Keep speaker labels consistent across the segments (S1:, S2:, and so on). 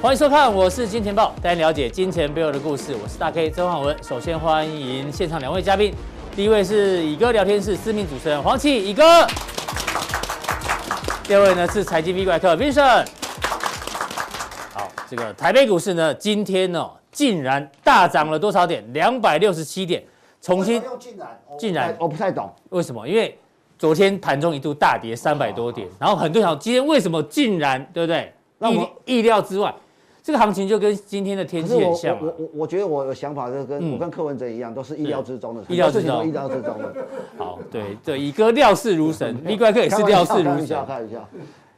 S1: 欢迎收看，我是金钱豹，带您了解金钱背后的故事。我是大 K 曾焕文。首先欢迎现场两位嘉宾，第一位是乙哥聊天室知名主持人黄启乙哥，第二位呢是财经 V 怪客 Vincent。好，这个台北股市呢，今天呢、哦、竟然大涨了多少点？两百六十七点，重新
S2: 又进来，我
S1: 竟然
S2: 我不太懂，
S1: 为什么？因为昨天盘中一度大跌三百多点，然后很多人想今天为什么竟然对不对？
S2: 那我
S1: 意意料之外，这个行情就跟今天的天
S2: 可
S1: 气
S2: 是我
S1: 很像
S2: 我
S1: 嘛
S2: 我。我我觉得我的想法就
S1: 嗯
S2: 跟、我跟柯文哲一样，都是意料之中的，
S1: 意料之
S2: 很多
S1: 中
S2: 事情都意料之 中的。
S1: 好，对对，乙哥料事如神，力怪客也是料事
S2: 开
S1: 如
S2: 玩
S1: 神
S2: 笑，。开玩笑。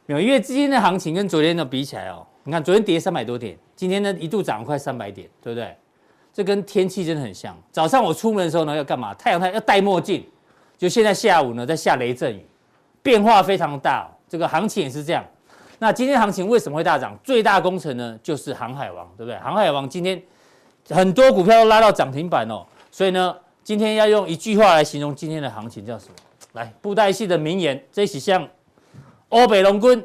S1: 没有，因为今天的行情跟昨天的比起来哦，你看昨天跌三百多点，今天呢一度涨了快三百点，对不对？这跟天气真的很像。早上我出门的时候呢，要干嘛？太阳太要戴墨镜，就现在下午呢在下雷阵雨，变化非常大哦、这个行情也是这样。那今天行情为什么会大涨？最大功臣呢就是航海王，对不对？航海王今天很多股票都拉到涨停板哦，所以呢，今天要用一句话来形容今天的行情叫什么？来，布袋戏的名言，这几项欧北龙君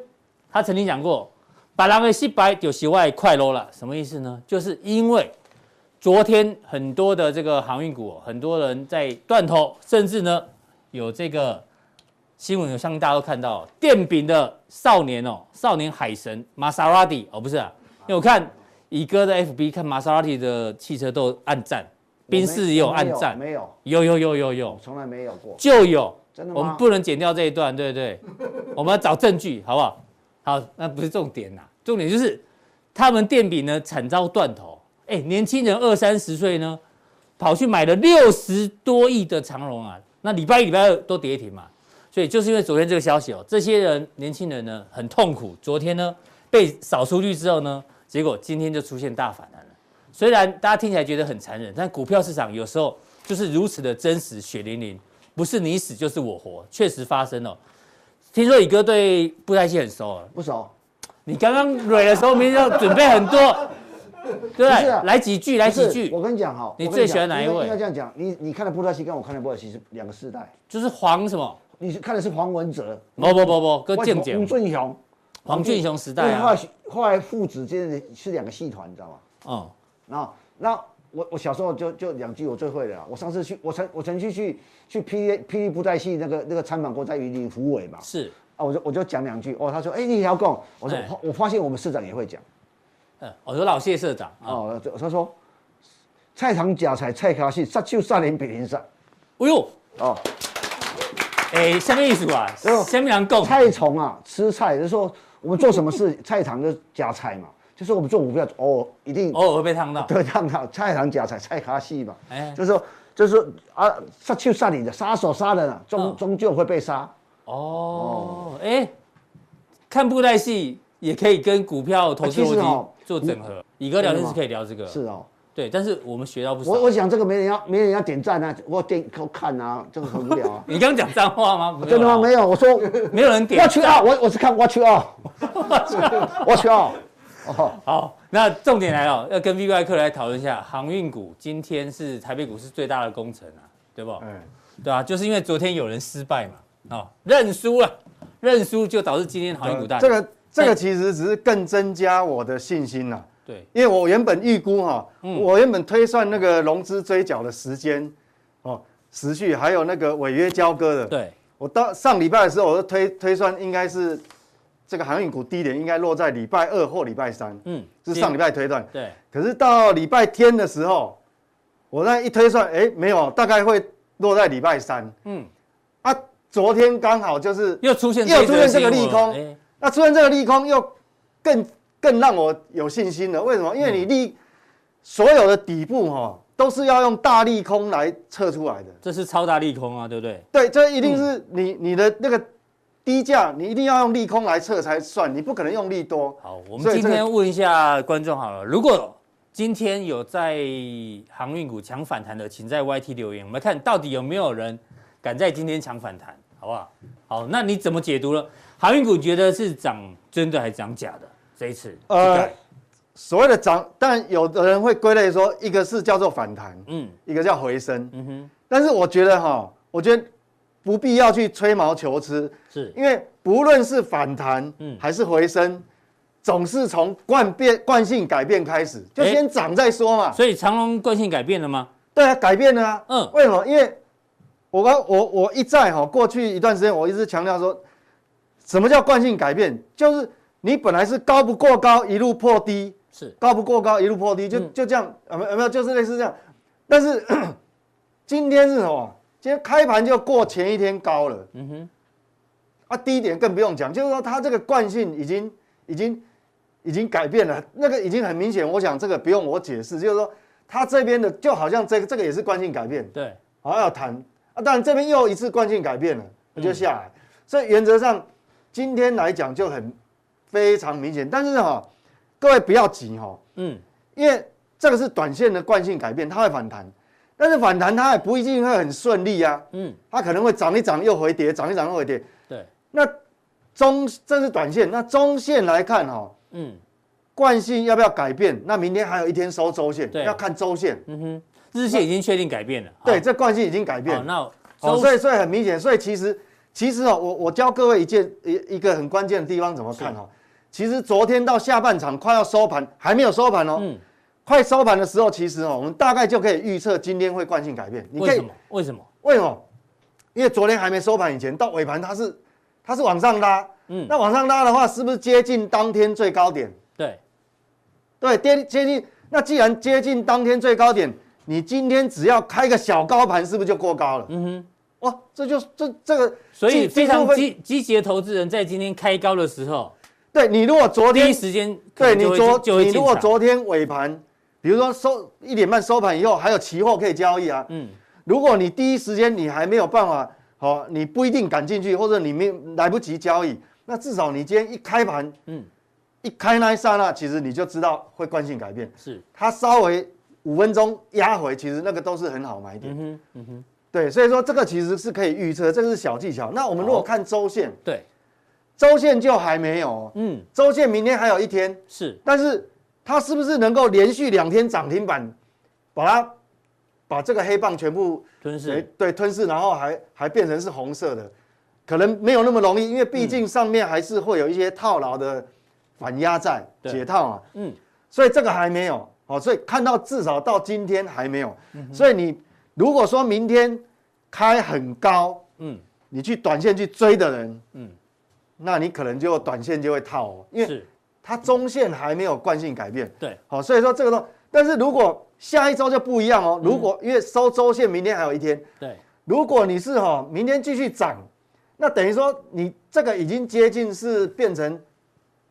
S1: 他曾经讲过，把人的失败就是我的快乐了，什么意思呢？就是因为昨天很多的这个航运股哦，很多人在断头，甚至呢有这个新闻，我相信大家都看到哦，电饼的少年哦，少年海神玛莎拉蒂哦，不是啊，因为我看乙哥的 FB 看玛莎拉蒂的汽车都有暗战，宾士也有
S2: 我没
S1: 暗战，
S2: 没有，
S1: 有有有有有
S2: 我，从来没有过，
S1: 就有。
S2: 真的吗？
S1: 我们不能剪掉这一段，对 对，我们要找证据，好不好？好，那不是重点呐、重点就是他们电饼呢惨遭断头，哎，年轻人二三十岁呢，跑去买了六十多亿的长荣啊，那礼拜一、礼拜二都跌停嘛，所以就是因为昨天这个消息哦，这些人年轻人呢很痛苦，昨天呢被扫出去之后呢，结果今天就出现大反弹了。虽然大家听起来觉得很残忍，但股票市场有时候就是如此的真实、血淋淋，不是你死就是我活，确实发生了。听说宇哥对布袋戏很熟啊，
S2: 不熟，
S1: 你刚刚蕊的时候，明明要准备很多，对不
S2: 不是
S1: 对
S2: 啊？
S1: 来几句，来
S2: 不是
S1: 几句
S2: 我，跟你讲哈，
S1: 你
S2: 我跟
S1: 最
S2: 讲
S1: 喜欢哪一
S2: 应该
S1: 位
S2: 应该这样讲，你你看的布袋戏跟我看的布袋戏是两个世代，
S1: 就是黄什么？
S2: 你是看的是黄文哲，
S1: 不不不不，跟
S2: 为什
S1: 健
S2: 么
S1: 检
S2: 洪俊雄，
S1: 黄俊雄时
S2: 因
S1: 代
S2: 为后
S1: 啊
S2: 来，后来父子之间的是两个戏团，你知道吗？
S1: 嗯，
S2: 然后，那我我小时候就就两句我最会了啦。我上次去，我曾我曾经去去霹雳霹雳布袋戏那个那个参访过，在云林府委嘛。
S1: 是，
S2: 啊，我就我就讲两句哦。他说：“哎、你也要讲。”我说
S1: 哎：“
S2: 我我发现我们市长也会讲。
S1: 嗯，我说老谢社长啊，
S2: 哦，就他说：“菜场假菜菜卡戏，杀就杀人比人杀。
S1: 哎呦，”
S2: 哦，
S1: 哎，下面一组啊，
S2: 哎呦
S1: 下面两共，
S2: 菜虫啊，吃菜就是说我们做什么事，菜场就加菜嘛，就是我们做股票哦，一定
S1: 偶尔会被烫到，
S2: 对，让他菜场假菜菜卡戏嘛。
S1: 哎，
S2: 就是说，就是说啊，杀就杀你的，杀手杀人啊，终
S1: 嗯
S2: 终究会被杀。
S1: 哦，哎，看布袋戏也可以跟股票投资
S2: 啊其实
S1: 逻
S2: 哦
S1: 辑做整合。乙哥聊天是可以聊这个，
S2: 是哦，
S1: 对，但嗯是啊我们学到不少。。
S2: 我我想这个没人要，没人要点赞啊，我点我看啊，这个很无聊啊
S1: 你刚刚讲脏话
S3: 哦
S1: 吗？
S2: 真的吗？没有，我说
S1: 没有人点
S2: Watch out，我我是看 Watch out，Watch out，哦，
S3: 啊
S1: 好，那重点来了，要跟 V Y 客来讨论一下航运股。今天是台北股市最大的工程啊，对不？
S2: 哎，
S1: 对啊，就是因为昨天有人失败嘛，哦，认输了，认输就导致今天航运股大
S3: 呃
S1: 跌。
S3: 这个这个其实只是更增加我的信心了、
S1: 对，
S3: 因为我原本预估哈、
S1: 嗯
S3: 我原本推算那个融资追缴的时间，哦，时序还有那个违约交割的，
S1: 对，
S3: 我到上礼拜的时候，我就推推算应该是这个航运股低点应该落在礼拜二或礼拜三，
S1: 嗯，
S3: 是上礼拜推断，
S1: 对，
S3: 可是到礼拜天的时候，我那一推算，哎，没有，大概会落在礼拜三
S1: 嗯，
S3: 啊，昨天刚好就是
S1: 又出现
S3: 又
S1: 一
S3: 出现
S1: 则
S3: 这个
S1: 新闻
S3: 利空
S1: 哎
S3: 那出现这个利空又更更让我有信心了。为
S1: 嗯
S3: 什么？因为你利、所有的底部哈、都是要用大利空来测出来的。
S1: 这是超大利空啊，对不对？
S3: 对，这一
S1: 嗯
S3: 定是你、你的那个低价，你一定要用利空来测才算，你不可能用利多。
S1: 好，我们
S3: 所以
S1: 今
S3: 这个
S1: 天问一下观众好了，如果今天有在航运股抢反弹的，请在 YT 留言，我们来看到底有没有人敢在今天抢反弹，好不好？好，那你怎么解读了？航运股觉得是涨真的还是涨假的？这一次，
S3: 呃，所谓的涨，但有的人会归类说，一个是叫做反弹，
S1: 嗯
S3: 一个叫回升。
S1: 嗯哼，
S3: 但是我觉得哈，我觉得不必要去吹毛求疵。
S1: 是
S3: 因为不论是反弹，
S1: 嗯
S3: 还是回升，总是从惯变惯性改变开始，就
S1: 哎
S3: 先涨再说嘛。
S1: 所以长隆惯性改变了吗？
S3: 对啊，改变了啊。
S1: 嗯
S3: 为什么？因为我刚我我一再哈，过去一段时间我一直强调说，什么叫惯性改变？就是你本来是高不过高，一路破低，
S1: 是
S3: 高不过高，一路破低，就、
S1: 嗯
S3: 就这样，有没有？有没有？就是类似这样。但是 今天是什么？今天开盘就过前一天高了。嗯哼。啊，低点更不用讲，就是说它这个惯性已经已经已经改变了，那个已经很明显。我想这个不用我解释，就是说它这边的就好像这个这个也是惯性改变，
S1: 对，
S3: 好像要谈啊，当然这边又一次惯性改变了，它就下来。所以原则上今天来讲就很非常明显，但是哈、各位不要急哈、
S1: 嗯，
S3: 因为这个是短线的惯性改变，它会反弹，但是反弹它也不一定会很顺利啊，
S1: 嗯，
S3: 它可能会涨一涨又回跌，涨一涨又回跌。
S1: 对，
S3: 那中这是短线，那中线来看哈、
S1: 嗯
S3: 惯性要不要改变？那明天还有一天收周线，
S1: 对
S3: 要看周线。
S1: 嗯哼，日线已经确定改变了。
S3: 对，
S1: 好，
S3: 这惯性已经改变
S1: 好，。那
S3: 哦，
S1: 周
S3: 所以所以很明显，所以其实其实哦，我我教各位一件一一个很关键的地方怎么看哦。其实昨天到下半场快要收盘，还没有收盘哦，
S1: 嗯
S3: 快收盘的时候，其实哦，我们大概就可以预测今天会惯性改变。你
S1: 为
S3: 可以
S1: 什么？为什么？
S3: 为什么？因为昨天还没收盘以前，到尾盘它是它是往上拉，
S1: 嗯
S3: 那往上拉的话，是不是接近当天最高点？
S1: 对，
S3: 对，接接近。那既然接近当天最高点，你今天只要开个小高盘，是不是就过高了？
S1: 嗯哼，
S3: 哇，这就这这个技，
S1: 所以非常
S3: 技术分
S1: 积积极的投资人在今天开高的时候，
S3: 对你如果昨
S1: 第
S3: 天
S1: 一时间可
S3: 对
S1: 能
S3: 你
S1: 就会
S3: 昨
S1: 就会
S3: 你
S1: 进
S3: 如果
S1: 场。
S3: 昨天尾盘，比如说收一点半收盘以后，还有期货可以交易啊。
S1: 嗯，
S3: 如果你第一时间你还没有办法，好、你不一定赶进去，或者你没来不及交易，那至少你今天一开盘，
S1: 嗯
S3: 嗯，一开那一刹那，其实你就知道会惯性改变。
S1: 是，
S3: 它稍微五分钟压回，其实那个都是很好买点。
S1: 嗯哼，嗯哼，
S3: 对，所以说这个其实是可以预测，这个是小技巧。那我们如果看周线，
S1: 对，
S3: 周线就还没有哦，
S1: 嗯，
S3: 周线明天还有一天，
S1: 是，
S3: 但是它是不是能够连续两天涨停板，把它把这个黑棒全部
S1: 吞
S3: 对
S1: 噬，
S3: 哎对吞噬，然后还还变成是红色的，可能没有那么容易，因为毕
S1: 嗯
S3: 竟上面还是会有一些套牢的反压在
S1: 对
S3: 解套嘛，
S1: 嗯，
S3: 所以这个还没有哦，所以看到至少到今天还没有，
S1: 嗯
S3: 所以你如果说明天开很高，
S1: 嗯，
S3: 你去短线去追的人，
S1: 嗯
S3: 嗯，那你可能就短线就会套哦，因为
S1: 是，
S3: 它中线还没有惯性改变，
S1: 对，
S3: 好、所以说这个东，但是如果下一周就不一样哦，
S1: 嗯
S3: 如果、因为收周线明天还有一天。
S1: 对，
S3: 如果你是哈、明天继续涨，那等于说你这个已经接近是变成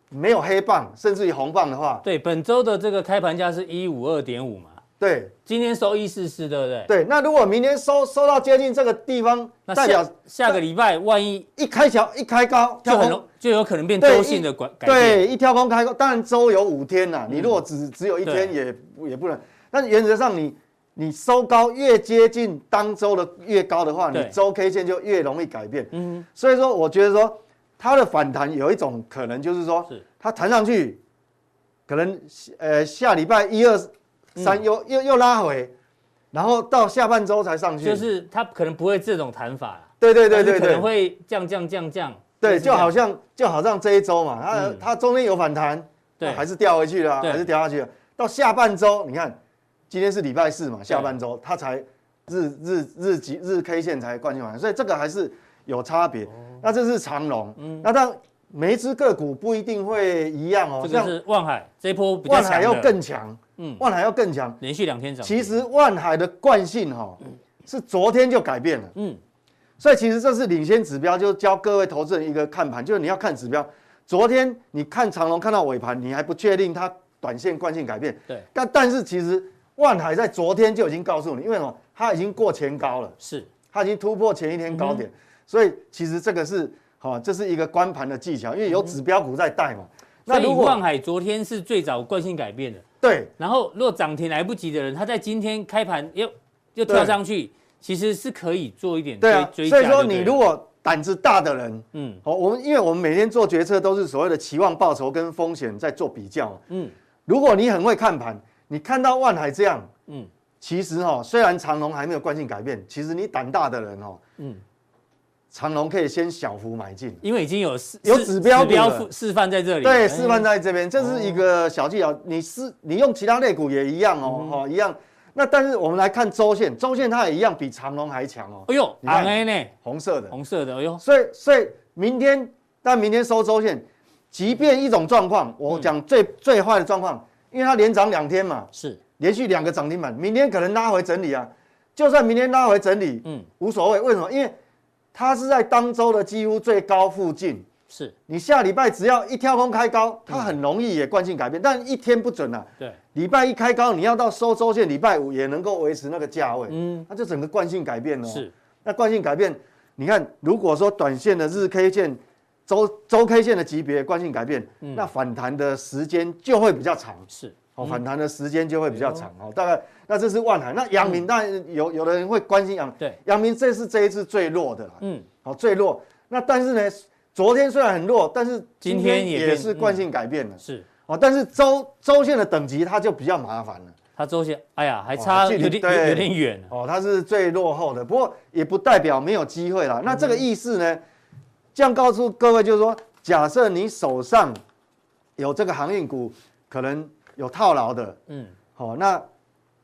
S3: 没有黑棒，甚至于红棒的话，
S1: 对，本周的这个开盘价是一五二点五嘛，
S3: 对
S1: 今天收一四四，对不对？
S3: 对。那如果明天收收到接近这个地方，
S1: 那
S3: 代表
S1: 下下个礼拜万一
S3: 一开小一开高，
S1: 就
S3: 跳
S1: 很
S3: 空
S1: 容就有可能变
S3: 对
S1: 周性
S3: 一
S1: 的改改变。嗯
S3: 对一跳空开高，当然周有五天呐、你如果只只有一天
S1: 对
S3: 也也不能，但原则上你。你收高越接近当周的越高的话，你
S1: 对
S3: 周 K 线就越容易改变。
S1: 嗯
S3: 所以说，我觉得说它的反弹有一种可能，就是说
S1: 是
S3: 它弹上去，可能呃下礼拜一二三又、又又拉回，然后到下半周才
S1: 哼，
S3: 上去。
S1: 就是他可能不会这种弹法啦，
S3: 对对对
S1: 但
S3: 对
S1: 是可能
S3: 对，
S1: 会降降降降。
S3: 对，
S1: 是
S3: 就
S1: 这样
S3: 好像就好像这一周嘛，它、
S1: 嗯
S3: 它中间有反弹，
S1: 对
S3: 还是掉回去了啊、
S1: 对
S3: 还是掉下去了。到下半周，你看今天是礼拜四嘛，下半周它才日日日级日 K 线才惯性反弹，所以这个还是有差别。
S1: 哦
S3: 那这是长龙，
S1: 嗯
S3: 那但每一只个股不一定会一样哦，
S1: 这个是万海这一波比较
S3: 万
S1: 强
S3: 海
S1: 的，
S3: 要更强，
S1: 嗯
S3: 万海要更强。
S1: 连续两天涨停。
S3: 其实万海的惯性哈、是昨天就改变了，
S1: 嗯
S3: 所以其实这是领先指标，就教各位投资人一个看盘，就是你要看指标。昨天你看长龙看到尾盘，你还不确定它短线惯性改变，
S1: 对
S3: 但但是其实万海在昨天就已经告诉你，因为什么？它已经过前高了，
S1: 是
S3: 它已经突破前一天高点，
S1: 嗯
S3: 所以其实这个是好、这是一个观盘的技巧，因为有指标股在带嘛。
S1: 嗯所以万海昨天是最早惯性改变的，
S3: 对
S1: 然后如果涨停来不及的人，他在今天开盘又又跳
S3: 对
S1: 上去，其实是可以做一点
S3: 对啊，所
S1: 追追
S3: 以
S1: 加
S3: 说
S1: 就对
S3: 你
S1: 了
S3: 如果胆子大的人，
S1: 嗯
S3: 好、我们因为我们每天做决策都是所谓的期望报酬跟风险在做比较嘛。
S1: 嗯
S3: 如果你很会看盘，你看到万海这样，
S1: 嗯
S3: 其实哈、哦，虽然长龙还没有惯性改变，其实你胆大的人哦，
S1: 嗯
S3: 长隆可以先小幅买进。
S1: 因为已经有示
S3: 有
S1: 示
S3: 指标股
S1: 指标
S3: 了
S1: 示示范在这里了，
S3: 对，
S1: 哎
S3: 示范在这边，这
S1: 哦
S3: 是一个小技巧。你是你用其他类股也一样哦，
S1: 嗯
S3: 哦一样。那但是我们来看周线，周线它也一样比长隆还强哦，
S1: 哎呦，
S3: 你看
S1: 昂 A 呢，
S3: 红色的。
S1: 红色的，哎呦，
S3: 所以所以明天，但明天收周线，即便一种状
S1: 嗯
S3: 况，我讲最、最坏的状况，因为它连涨两天嘛，
S1: 是，
S3: 连续两个涨停板，明天可能拉回整理啊。就算明天拉回整理，
S1: 嗯，
S3: 无所谓。为什么？因为它是在当周的几乎最高附近。
S1: 是，
S3: 你下礼拜只要一跳空开高，它很容易也惯性
S1: 嗯
S3: 改变，但一天不准啊。
S1: 对，
S3: 礼拜一开高，你要到收周线，礼拜五也能够维持那个价位，
S1: 嗯，
S3: 那就整个惯性改变了。
S1: 是，
S3: 那惯性改变，你看，如果说短线的日 K 线、周周 K 线的级别惯性改变，
S1: 嗯
S3: 那反弹的时间就会比较长。
S1: 是，
S3: 哦，反弹的时间就会比较长
S1: 哎
S3: 哦，大概那这是万海，那阳明，那有有的人会关心阳，
S1: 嗯对，
S3: 阳明这是这一次最弱的啦，
S1: 嗯，
S3: 好最弱。那但是呢，昨天虽然很弱，但是
S1: 今
S3: 今
S1: 天
S3: 天
S1: 也
S3: 也
S1: 变
S3: 是惯性改变了，
S1: 是，
S3: 哦，但是周周线的等级它就比较麻烦了，
S1: 它周线，哎呀，还差
S3: 距离
S1: 有点有
S3: 哦对
S1: 有点远啊，
S3: 哦，它是最落后的，不过也不代表没有机会啦。那这个
S1: 嗯
S3: 意思呢，这样告诉各位就是说，假设你手上有这个航运股，可能有套牢的，
S1: 嗯，
S3: 好、那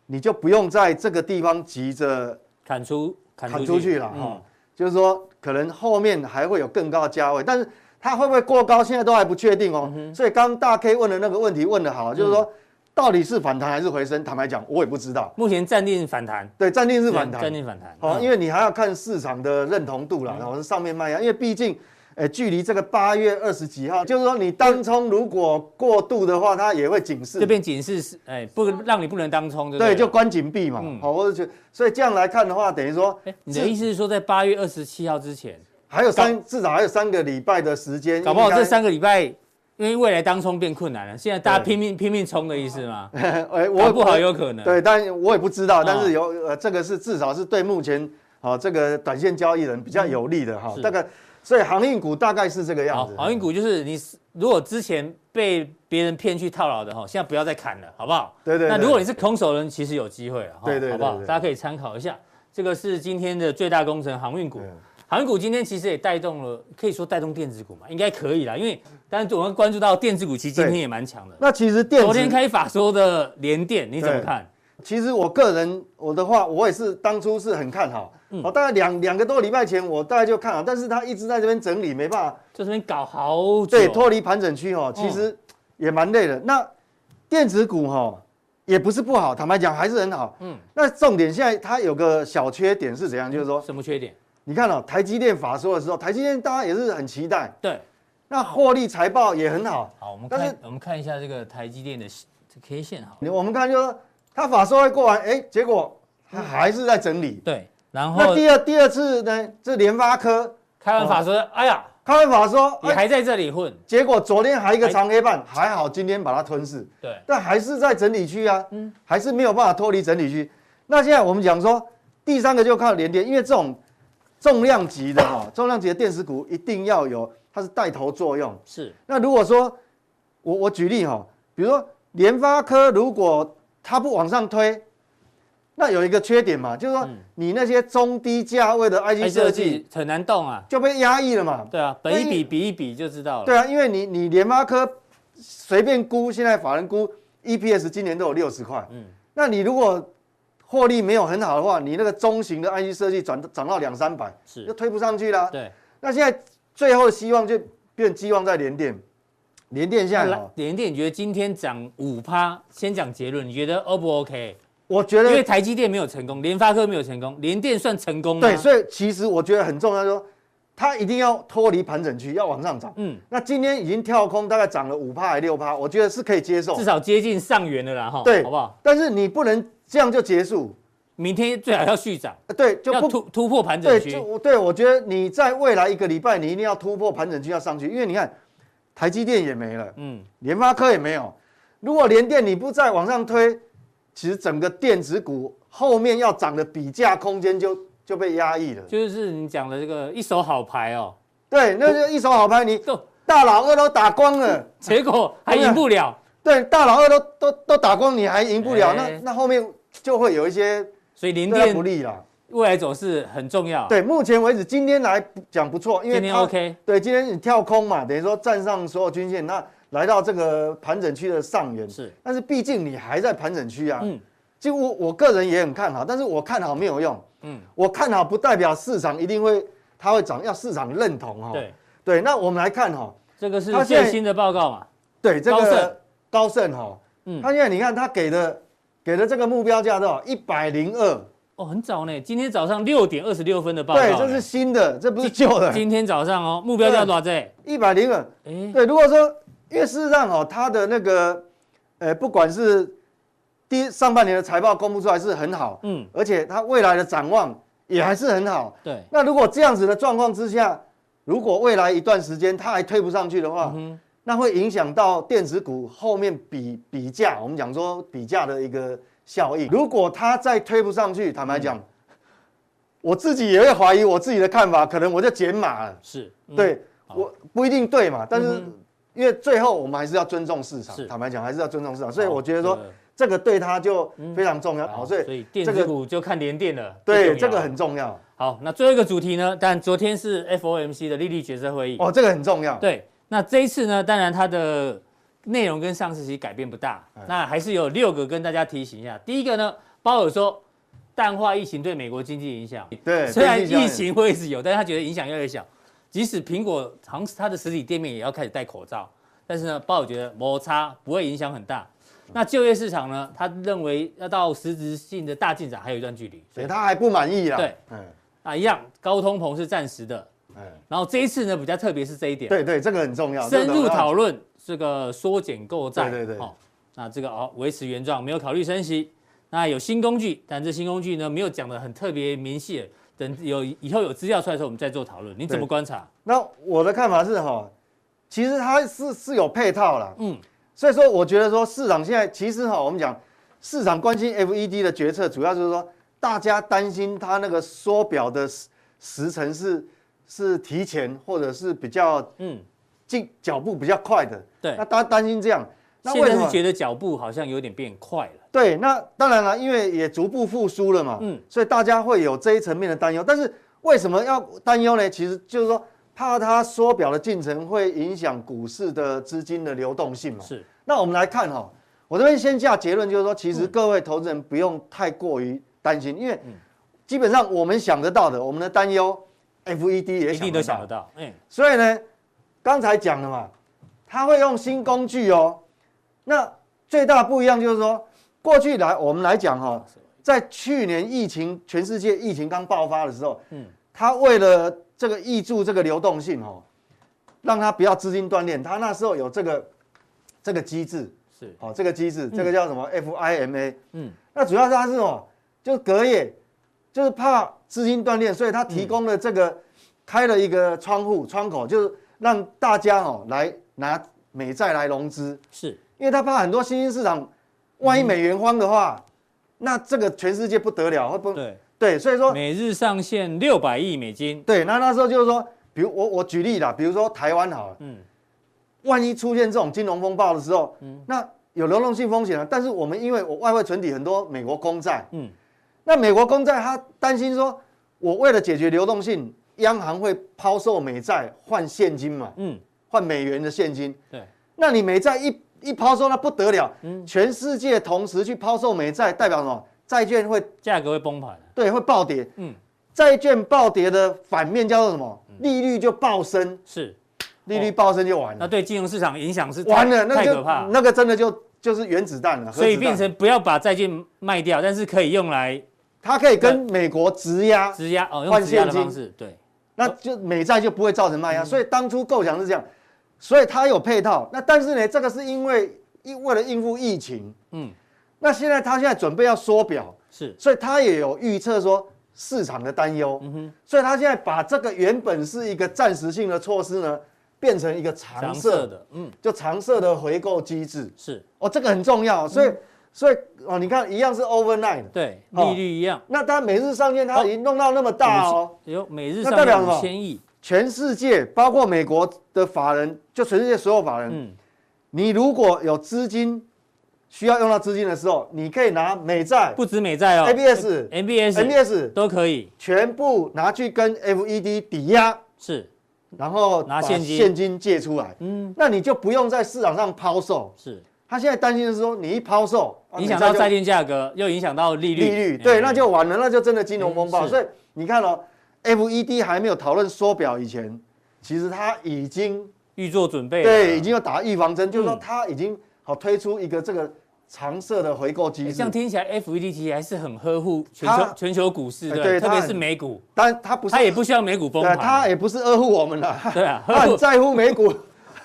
S3: 你就不用在这个地方急着
S1: 砍出砍
S3: 砍
S1: 出
S3: 出去了哈、
S1: 嗯
S3: 就是说可能后面还会有更高的价位，但是它会不会过高，现在都还不确定
S1: 嗯
S3: 哦。所以刚刚大 K 问的那个问题问的好，就是说、到底是反弹还是回升？坦白讲，我也不知道。
S1: 目前暂定反弹，
S3: 对，暂定是反弹哦
S1: 暂，定反弹，
S3: 好、
S1: 嗯
S3: 因为你还要看市场的认同度啦，然后是上面卖啊压，因为毕竟，呃，距离这个八月二十几号，就是说你当冲如果过度的话，它也会警示
S1: 这。边警示是，哎，不让你不能当冲，
S3: 对，
S1: 对，
S3: 就。关紧闭嘛哦
S1: 嗯。
S3: 好、我就觉得，所以这样来看的话，等于说
S1: 哎，你的意思是说，在八月二十七号之前，
S3: 还有三，至少还有三个礼拜的时间。
S1: 搞不好
S3: 应该
S1: 这， 三个礼拜，因为未来当冲变困难了，现在大家
S3: 对
S1: 拼命拼命冲的意思吗？
S3: 哎，我
S1: 搞不好
S3: 我
S1: 有可能。
S3: 对，但我也不知道，
S1: 啊
S3: 但是有呃，这个是至少是对目前啊这个短线交易人比较有利的哈
S1: 嗯是。
S3: 大概，所以航运股大概是这个样
S1: 好，
S3: 子。
S1: 航运股就是你是如果之前被别人骗去套牢的哈，现在不要再砍了，好不好？
S3: 对对对
S1: 那如果你是空手人，其实有机会了，哈
S3: 对对对
S1: 好不好？
S3: 对
S1: 大家可以参考一下。这个是今天的最大工程航运股
S3: 对，
S1: 航运股今天其实也带动了，可以说带动电子股嘛，应该可以啦。因为但是我们关注到电子股，其实今
S3: 对
S1: 天也蛮强的。
S3: 那其实电子
S1: 昨天开法说的联电，你怎么看？
S3: 其实我个人我的话，我也是当初是很看好，哦，大概两两个多礼拜前我大概就看好，但是它一直在这边整理，没办法，
S1: 就这边搞好久，
S3: 对，脱离盘整区哦，其实也蛮累的。那电子股哈、哦、也不是不好，坦白讲还是很好，嗯。那重点现在它有个小缺点是怎样？就是说，
S1: 什么缺点？
S3: 你看哦，台积电法说的时候，台积电大家也是很期待，
S1: 对，
S3: 那获利财报也很好，
S1: 好，我们
S3: 但
S1: 看
S3: 是
S1: 我们看一下这个台积电的这 K 线好了，
S3: 你我们看就是说它法说会过完，哎，结果它还是在整理。
S1: 对，然
S3: 那
S1: 后
S3: 第二第二次呢？这联发科
S1: 开完法说，哎呀，
S3: 开完法说，
S1: 你
S3: 哎，
S1: 还在这里混，
S3: 结果昨天还一个长黑棒，还好今天把它吞噬，
S1: 对，
S3: 但还是在整理区啊，还是没有办法脱离整理区。那现在我们讲说，第三个就靠联电，因为这种重量级的哈、重量级的电子股一定要有它是带头作用。
S1: 是，
S3: 那如果说我我举例哈、比如说联发科，如果它不往上推，那有一个缺点嘛，就是说你那些中低价位的 IC 设计
S1: 很难动啊，
S3: 就被压抑了嘛。
S1: 对啊，
S3: 那
S1: 本一
S3: 因
S1: 比比一比就知道了，
S3: 对啊，因为你你联发科随便估，现在法人估 EPS 今年都有六十块，嗯，那你如果获利没有很好的话，你那个中型的 IC 设计转涨到两三百，
S1: 是
S3: 就推不上去啦。
S1: 对，
S3: 那现在最后的希望就变寄望在联电，联电现在
S1: 那
S3: 哦，
S1: 联电你觉得今天涨五趴，先讲结论，你觉得 O 不 OK？
S3: 我觉
S1: 因为啊
S3: 得
S1: 台积电没有成功，联发科没有成功，联电算成功吗？
S3: 对，所以其实我觉得很重要，就是说它一定要脱离盘整区，要往上涨。
S1: 嗯，
S3: 那今天已经跳空大概涨了五趴还六趴，我觉得是可以接受
S1: 至。少接近上元了啦，哈，
S3: 哦对，
S1: 好不好？？
S3: 但是你不能这样就结束，
S1: 明天最好要续涨，
S3: 呃对，就
S1: 要
S3: 不
S1: 突突破盘整
S3: 对，
S1: 区
S3: 就，我对我觉得你在未来一个礼拜，你一定要突破盘整区要上去，因为你看台积电也没了，
S1: 嗯，
S3: 联发科也没有。如果联电你不再往上推，其实整个电子股后面要涨的比价空间就就被压抑了。
S1: 就是你讲的这个一手好牌哦，
S3: 对，那就一手好牌，你
S1: 都
S3: 大佬二都打光了，
S1: 结果还赢不了，
S3: 对，大佬二都都都打光，你还赢不了，
S1: 哎
S3: 那那后面就会有一些
S1: 所以联
S3: 对他不
S1: 电
S3: 利啦。
S1: 未来走势很重要。，
S3: 对，目前为止今天来讲不错，因为
S1: 今天
S3: 它
S1: OK
S3: 对，今天你跳空嘛，等于说站上所有均线，那来到这个盘整区的上缘
S1: 是，
S3: 但是毕竟你还在盘整区啊。
S1: 嗯
S3: 嗯，其实我我个人也很看好，但是我看好没有用。
S1: 嗯
S3: 嗯，我看好不代表市场一定会它会涨，要市场认同哦。
S1: 对，
S3: 对，那我们来看哈、哦，
S1: 这个是
S3: 它现在
S1: 最新的报告嘛？
S3: 对这
S1: 高盛
S3: 个高盛哈、哦，
S1: 嗯
S3: 他现在你看他给的给的这个目标价多少？一百零二。
S1: 哦，很早呢，今天早上六点二十六分的报告呢。
S3: 对，这是新的，这不是旧的。
S1: 今天早上哦，目标价多少这？
S3: 一百零二。
S1: 哎，
S3: 对，如果说，因为事实上哦，它的那个，呃，不管是第一上半年的财报公布出来是很好，
S1: 嗯，
S3: 而且它未来的展望也还是很好。
S1: 对，
S3: 那如果这样子的状况之下，如果未来一段时间它还推不上去的话，
S1: 嗯
S3: 那会影响到电子股后面比比价，我们讲说比价的一个效应。如果它再推不上去，坦白
S1: 嗯
S3: 讲，我自己也会怀疑我自己的看法，可能我就减码了。
S1: 是，嗯，
S3: 对，我不一定对嘛，但是
S1: 嗯
S3: 因为最后我们还是要尊重市场
S1: 是，
S3: 坦白讲还是要尊重市场，所以
S1: 好
S3: 我觉得说
S1: 这个嗯
S3: 这个对他就非常重要，好，所
S1: 所以
S3: 以
S1: 电
S3: 这
S1: 子
S3: 个
S1: 股就看联电了。最重
S3: 对
S1: 要
S3: 这个很重要
S1: 好。那最后一个主题呢？但昨天是 FOMC 的利率决策会议。
S3: 哦，这个很重要，
S1: 对，那这一次呢，当然它的内容跟上次其实改变不大，那还是有六个跟大家提醒一下。第一个呢，鲍尔说淡化疫情对美国经济影响，
S3: 对
S1: 虽然
S3: 边际效应
S1: 疫情会一直有，但是他觉得影响越来越小。即使苹果好像它的实体店面也要开始戴口罩，但是呢，鲍尔觉得摩擦不会影响很大。那就业市场呢，他认为要到实质性的大进展还有一段距离，所
S3: 所
S1: 以
S3: 以他还不满意啦，
S1: 对，
S3: 嗯
S1: 啊一样高通膨是暂时的。
S3: 嗯，
S1: 然后这一次呢，比较特别是这一点，
S3: 对对，这个很重要，
S1: 深
S3: 这
S1: 入
S3: 个
S1: 讨论这个缩减购债，
S3: 对对对
S1: 好，那这个哦维持原状，没有考虑升息。那有新工具，但这新工具呢没有讲的很特别明细，等有以后有资料出来的时候，我们再做讨论。你怎么
S3: 对
S1: 观察？
S3: 那我的看法是哈，其实它是是有配套啦，
S1: 嗯
S3: 嗯，所以说我觉得说市场现在其实哈，我们讲市场关心 FED 的决策，主要就是说大家担心它那个缩表的时时程是是提前或者是比较
S1: 嗯，
S3: 进脚步比较快的，
S1: 对
S3: 那大家担心这样，那
S1: 现
S3: 为什
S1: 在是
S3: 么？
S1: 觉得脚步好像有点变快了。
S3: 对，那当然了，因为也逐步复苏了嘛，
S1: 嗯
S3: 嗯，所以大家会有这一层面的担忧。但是为什么要担忧呢？其实就是说，怕它缩表的进程会影响股市的资金的流动性嘛。
S1: 是，
S3: 那我们来看哈、我这边先下结论，就是说，其
S1: 嗯
S3: 实各位投资人不用太过于担心，因为基本上我们想得到的，我们的担忧，FED 也
S1: 一定都想得到。哎，
S3: 所以呢，刚才讲了嘛，他会用新工具哦。那最大不一样就是说，过去来我们来讲哈、哦，在去年疫情全世界疫情刚爆发的时候，
S1: 嗯
S3: 嗯，他为了这个抑注这个流动性哦，让他不要资金断裂，他那时候有这个这个机制，
S1: 是，
S3: 哦，这个机制，这个叫什么 FIMA，
S1: 嗯，
S3: 那主要是它是什么？就是隔夜，就是怕资金断裂，所以它
S1: 嗯
S3: 提供了这个、开了一个窗户窗口，就是让大家哦来拿美债来融资，
S1: 是，
S3: 因为他怕很多新兴市场，万一
S1: 嗯
S3: 美元荒的话，那这个全世界不得了，会不
S1: 对，
S3: 对，所以说
S1: 每日上限六百亿美金。
S3: 对，那那时候就是说，比如我我举例啦，比如说台湾好了，
S1: 嗯，
S3: 万一出现这种金融风暴的时候，那有流动性风险啊，但是我们因为我外汇存底很多美国公债，
S1: 嗯
S3: 那美国公债他担心说，我为了解决流动性，央行会抛售美债换现金嘛，
S1: 嗯，
S3: 换美元的现金。
S1: 对，
S3: 那你美债一一抛售，那不得了，全世界同时去抛售美债，代表什么？债券会
S1: 价格会崩盘。
S3: 对会暴跌，
S1: 嗯，
S3: 债券暴跌的反面叫做什么？利率就暴升，
S1: 是，
S3: 利率暴升就完
S1: 那
S3: 了，
S1: 对金融市场影响是太
S3: 完了，那
S1: 太
S3: 就
S1: 可怕了。
S3: 那个真的就就是原子弹了，核
S1: 所以
S3: 子弹
S1: 变成不要把债券卖掉，但是可以用来
S3: 它可以跟美国质押，
S1: 质押哦，用
S3: 换
S1: 质押的
S3: 现金
S1: 方式，对，
S3: 那就美债就不会造成卖压，
S1: 嗯
S3: 所以当初构想是这样，所以它有配套。那但是呢，这个是因为因为了应付疫情，
S1: 嗯
S3: 嗯，那现在它现在准备要缩表，
S1: 是
S3: 所以它也有预测说市场的担忧，
S1: 嗯
S3: 所以它现在把这个原本是一个暂时性的措施呢，变成一个
S1: 常
S3: 长
S1: 设
S3: 设的，
S1: 的，嗯，
S3: 就长设的回购机制。
S1: 是
S3: 哦，这个很重要，所以、
S1: 嗯
S3: 所以哦，你看一样是 overnight，的
S1: 对，
S3: 哦
S1: 利率一样，
S3: 那它每日上限
S1: 哦
S3: 它已经弄到那么大哦
S1: 有每日
S3: 那
S1: 上
S3: 代表
S1: 面
S3: 什么
S1: 五千亿，
S3: 全世界包括美国的法人，就全世界所有法人，
S1: 嗯，
S3: 你如果有资金需要用到资金的时候，你可以拿美债、
S1: 不止美债哦
S3: ABS
S1: MBS、
S3: MBS
S1: 都可以，
S3: 全部拿去跟 FED 抵押，
S1: 是
S3: 然后
S1: 拿
S3: 把
S1: 现金
S3: 现金借出来，
S1: 嗯
S3: 嗯，那你就不用在市场上抛售。
S1: 是，
S3: 他现在担心的是说，你一抛售，啊
S1: 影响到债
S3: 美
S1: 券价格，又影响到利
S3: 就
S1: 率，
S3: 利率，对，
S1: 哎
S3: 那就完了，那就真的金融风
S1: 嗯
S3: 暴。
S1: 是
S3: 所以你看哦，FED 还没有讨论缩表以前，其实它已经
S1: 预做准备了，
S3: 对已经要打预防针，就是说
S1: 嗯
S3: 它已经好推出一个这个常设的回购机
S1: 哎
S3: 制
S1: 这。样听起来，FED 其实还是很呵护全
S3: 它
S1: 球全球股市，
S3: 哎
S1: 对，
S3: 对
S1: 特
S3: 它
S1: 别
S3: 很
S1: 是美股，
S3: 但它不是，
S1: 它也不需要美股崩
S3: 对啊，
S1: 盘，
S3: 它也不是呵护我们了，
S1: 对 啊，
S3: 它很在乎美股，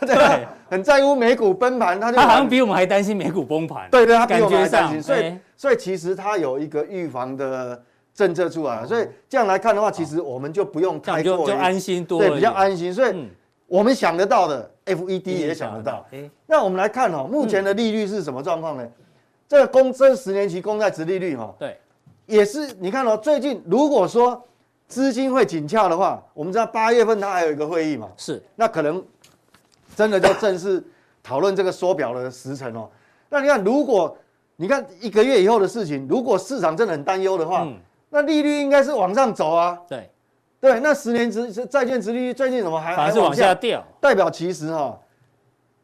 S3: 对
S1: 对
S3: 啊，很在乎美股崩盘，它就
S1: 它好
S3: 完
S1: 像
S3: 了
S1: 比我们还担心美股崩盘，
S3: 对对，他比
S1: 感
S3: 我们
S1: 觉
S3: 还担
S1: 上，
S3: 心，所以
S1: 哎
S3: 所以其实他有一个预防的政策出来了，所以这样来看的话，其实我们就不用
S1: 哦这样
S3: 太
S1: 就
S3: 过于
S1: 就安心多了一点，
S3: 对比较安心，所以
S1: 嗯，
S3: 我们想得到的，FED
S1: 第一
S3: 也想得到。
S1: 哎，
S3: 那我们来看哦，目前的利率是什么状况呢？这个公这十年期公债值利率哈、哦，
S1: 对，
S3: 也是你看哦，最近如果说资金会紧俏的话，我们知道八月份它还有一个会议嘛，
S1: 是
S3: 那可能真的就正式讨论这个缩表的时辰哦。那你看，如果你看一个月以后的事情，如果市场真的很担忧的话，
S1: 嗯
S3: 那利率应该是往上走啊。
S1: 对，
S3: 对，那十年值债券值利率最近怎么还
S1: 反而
S3: 还
S1: 是往下，掉，
S3: 代表其实哈、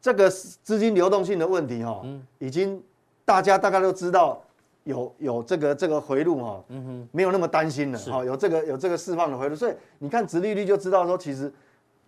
S3: 这个资金流动性的问题哈、
S1: 嗯
S3: 已经大家大概都知道有有这个这个回路哈、
S1: 嗯哼，
S3: 没有那么担心了
S1: 是
S3: 哦，有这个有这个释放的回路，所以你看殖利率就知道说，其实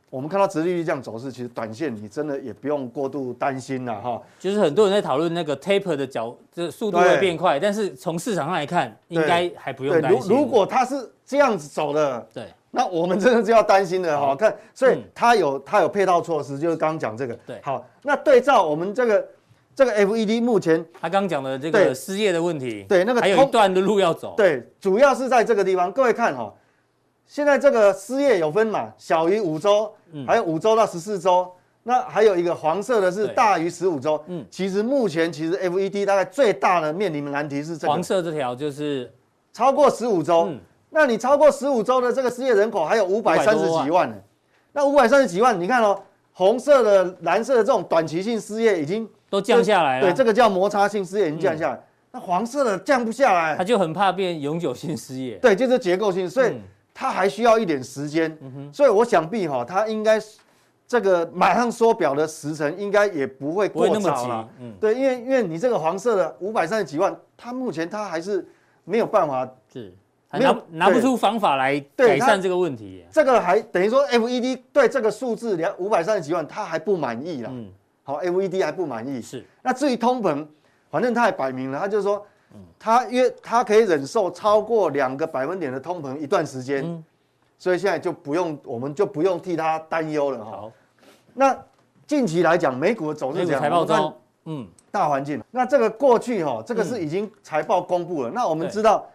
S3: 我们看到殖利率这样走势，其实短线你真的也不用过度担心了哈。
S1: 就是很多人在讨论那个 taper 的角，这速度会
S3: 对
S1: 变快，但是从市场上来看，应
S3: 对
S1: 该还不用
S3: 对，
S1: 担
S3: 如
S1: 心。
S3: 如果它是这样子走的，
S1: 对
S3: 那我们真的是要担心的哈。看，所以
S1: 嗯
S3: 它有它有配套措施，就是刚刚讲这个。
S1: 对
S3: 好，那对照我们这个这个 FED 目前
S1: 他刚讲的这个
S3: 对
S1: 失业的问题，
S3: 对那个
S1: 还有
S3: 通
S1: 一段的路要走，
S3: 对，主要是在这个地方。各位看哈、现在这个失业有分嘛，小于五周，
S1: 嗯
S3: 还有五周到十四周，那还有一个黄色的是
S1: 对
S3: 大于十五周。
S1: 嗯
S3: 嗯，其实目前其实 FED 大概最大的面临的难题是这个
S1: 黄，色这条就是
S3: 超过十五周。
S1: 嗯
S3: 那你超过十五周的这个失业人口还有五百三十几万呢，那五百三十几万，你看哦，红色的、蓝色的这种短期性失业已经
S1: 都降下来了，
S3: 对，这个叫摩擦性失业已经降下来，那黄色的降不下来
S1: 他，就很怕变永久性失业。
S3: 对，就是结构性，所以
S1: 嗯
S3: 它还需要一点时间。所以我想必哈、它应该是这个马上缩表的时程应该也不会
S1: 不会
S3: 过
S1: 那么
S3: 早了
S1: 急。，嗯，
S3: 对，因为因为你这个黄色的五百三十几万，它目前它还是没有办法，
S1: 是，还
S3: 没有
S1: 拿拿不
S3: 对
S1: 出方法来
S3: 对
S1: 改
S3: 他
S1: 善这个问题耶。
S3: 这个还等于说 FED 对这个数字两五百三十几万它还不满意啦。
S1: 嗯，
S3: 好，FED 还不满意。
S1: 是，
S3: 那至于通膨，反正他也摆明了，他就说，他约他可以忍受超过两个百分点的通膨一段时间，
S1: 嗯
S3: 所以现在就不用，我们就不用替他担忧了哈。
S1: 好，
S3: 那近期来讲，美股的走
S1: 美
S3: 势
S1: 股
S3: 怎样？
S1: 财报
S3: 哦我们
S1: 中
S3: 看，
S1: 嗯，
S3: 大环境，那这个过去哈、这个是已经财报公布了。那我们知道，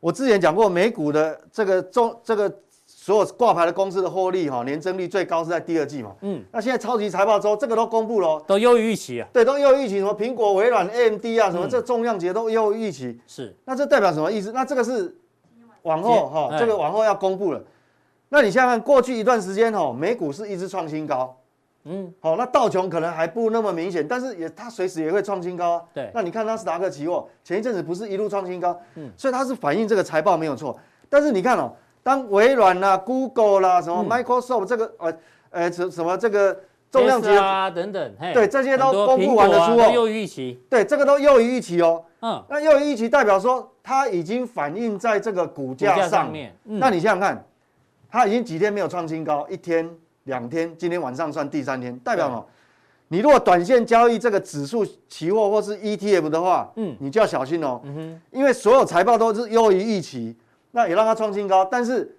S3: 我之前讲过，美股的这个中这个所有挂牌的公司的获利哈、年增率最高是在第二季嘛。
S1: 嗯
S3: 嗯，那现在超级财报周这个都公布了哦、
S1: 都优于预期啊，
S3: 对，都又预期什么苹果、微软、AMD 啊，什么这重量级都又预期，
S1: 是，
S3: 那这代表什么意思？那这个是往后哈、
S1: 哎
S3: 这个往后要公布了。那你想想看，过去一段时间哈、美股是一直创新高，
S1: 嗯，
S3: 好、那道琼可能还不那么明显，但是也它随时也会创新高、啊。
S1: 对
S3: 那你看纳斯达克期货前一阵子不是一路创新高，嗯，所以它是反映这个财报没有错。但是你看哦，当微软啦、Google 啦、什
S1: 嗯
S3: 么 Microsoft 这个呃呃什什么这个重量级的
S1: Tesla 啊等等，嘿
S3: 对这些都
S1: 很多
S3: 公布
S1: 苹果
S3: 完哦了
S1: 啊
S3: 之后
S1: 都优于预期，
S3: 对，这个都又于预期哦。
S1: 嗯，
S3: 那又一期代表说它已经反映在这个股
S1: 股
S3: 价
S1: 价
S3: 上
S1: 上面嗯
S3: 那你想想看，它已经几天没有创新高，一天、两天，今天晚上算第三天，代表什么？你如果短线交易这个指数期货或是 ETF 的话，
S1: 嗯
S3: 嗯，你就要小心哦，因为所有财报都是优于预期，那也让它创新高，但是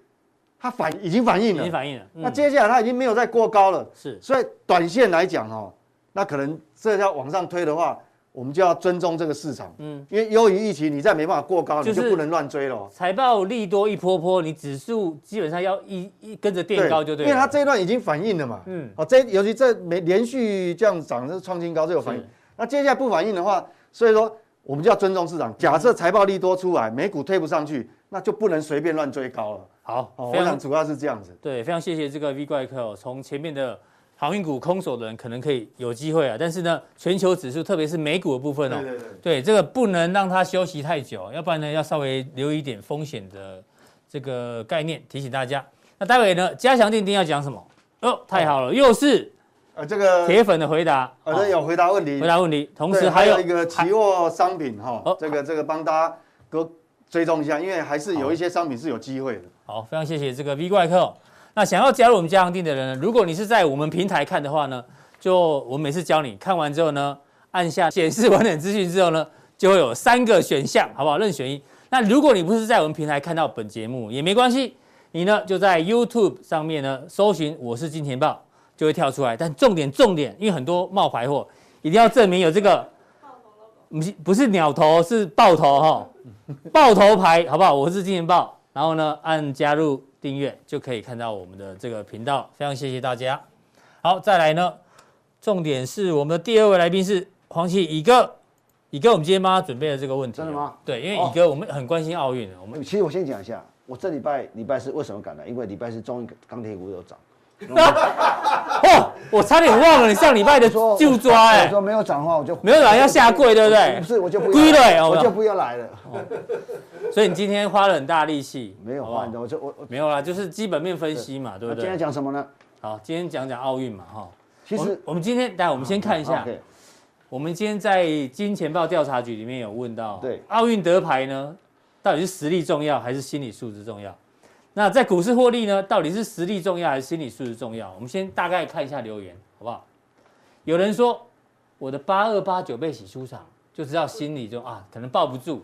S3: 它反已经反
S1: 已
S3: 映了，
S1: 经反映了，
S3: 那
S1: 嗯
S3: 接下来它已经没有再过高了，
S1: 是
S3: 所以短线来讲哦，那可能这要往上推的话，我们就要尊重这个市场，
S1: 嗯
S3: 嗯，因为优于预期，你再没办法过高，
S1: 就是
S3: 你就不能乱追了哦。
S1: 财报利多一波波，你指数基本上要一一跟着垫高就对了，
S3: 因为它这一段已经反映了嘛，
S1: 嗯
S3: 嗯，哦，这尤其这没连续这样涨是创新高，这有反应
S1: 是。
S3: 那接下来不反应的话，所以说我们就要尊重市场。假设财报利多出来，美股推不上去，那就不能随便乱追高了。
S1: 好
S3: 哦，，
S1: 非
S3: 我
S1: 常
S3: 想主要是这样子。
S1: 对，非常谢谢这个 V 怪客哦，从前面的航运股空手的人可能可以有机会啊，但是呢，全球指数特别是美股的部分哦，
S3: 对对对，
S1: 对，这个不能让它休息太久，要不然呢，要稍微留一点风险的这个概念，提醒大家。那待会呢，加强定定要讲什么？哦，太好了，又是
S3: 呃，这个
S1: 铁粉的回答，
S3: 反正
S1: 哦
S3: 有回答问题，
S1: 回答问题，同
S3: 对
S1: 时还
S3: 还
S1: 有
S3: 一个期货商品哈
S1: 哦，
S3: 这个这个帮大家多追踪一下，因为还是有一些商品是有机会的。
S1: 好，非常谢谢这个 V 怪客哦。那想要加入我们加强定的人呢，如果你是在我们平台看的话呢，就我每次教你看完之后呢，按下显示完整资讯之后呢，就会有三个选项，好不好？任选一。那如果你不是在我们平台看到本节目也没关系，你呢就在 YouTube 上面呢搜寻“我是金钱豹”，就会跳出来。但重点重点，因为很多冒牌货，一定要证明有这个，不是不是鸟头，是豹头哈、 爆头牌，好不好？我是金钱豹，然后呢，按加入订阅就可以看到我们的这个频道，非常谢谢大家。好，再来呢，重点是我们的第二位来宾是黄奇乙哥，乙哥，我们今天帮他准备了这个问题、哦
S2: 真的吗？哦
S1: 对，因为乙哥我们很关心奥运，我们
S2: 其实我先讲一下，我这礼拜礼拜四为什么敢来？因为礼拜四中钢铁股有涨。
S1: 哦，我差点忘了你上礼拜的
S2: 说
S1: 就抓哎、
S2: 我说没有涨的话，我就
S1: 没有涨要下跪对不对
S2: 不是，我就不
S1: 跪了
S2: 来
S1: 哎我
S2: 我
S1: 们
S2: 就不要来了。
S1: 所以你今天花了很大力气，
S2: 没有
S1: 好不好
S2: 换的，我就我我
S1: 没有啦，就是基本面分析嘛，对
S2: 那
S1: 不
S2: 今天
S1: 对？
S2: 讲什么呢？
S1: 好，今天讲讲奥运嘛，哈。
S2: 其
S1: 我
S2: 实
S1: 们我们今天，大家我们先看一下，
S2: OK，
S1: 我们今天在金钱豹调查局里面有问到，
S2: 对
S1: 奥运得牌呢，到底是实力重要还是心理素质重要？那在股市获利呢，到底是实力重要还是心理素质重要？我们先大概看一下留言，好不好？有人说我的八二八九被洗出场，就知道心理就啊可能抱不住，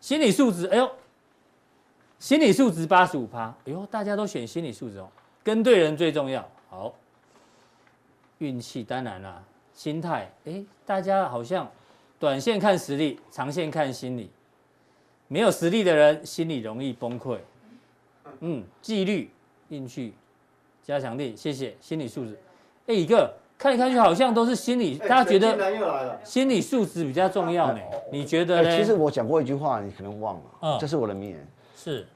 S1: 心理素质，哎呦，心理素质八十五趴，哎呦，大家都选心理素质哦，跟对人最重要。好，运气当然啦、心态，哎，大家好像短线看实力，长线看心理。没有实力的人，心理容易崩溃。嗯，纪律、运气、加强力，谢谢心理素质。哎，一个看一看去，好像都是心理，
S3: 哎
S1: 大家觉
S3: 陈
S1: 得
S3: 近南又来了，
S1: 心理素质比较重要呢？ 你觉得呢？
S2: 哎其实我讲过一句话，你可能忘了
S1: 嗯，
S2: 这是我的名言：
S1: 是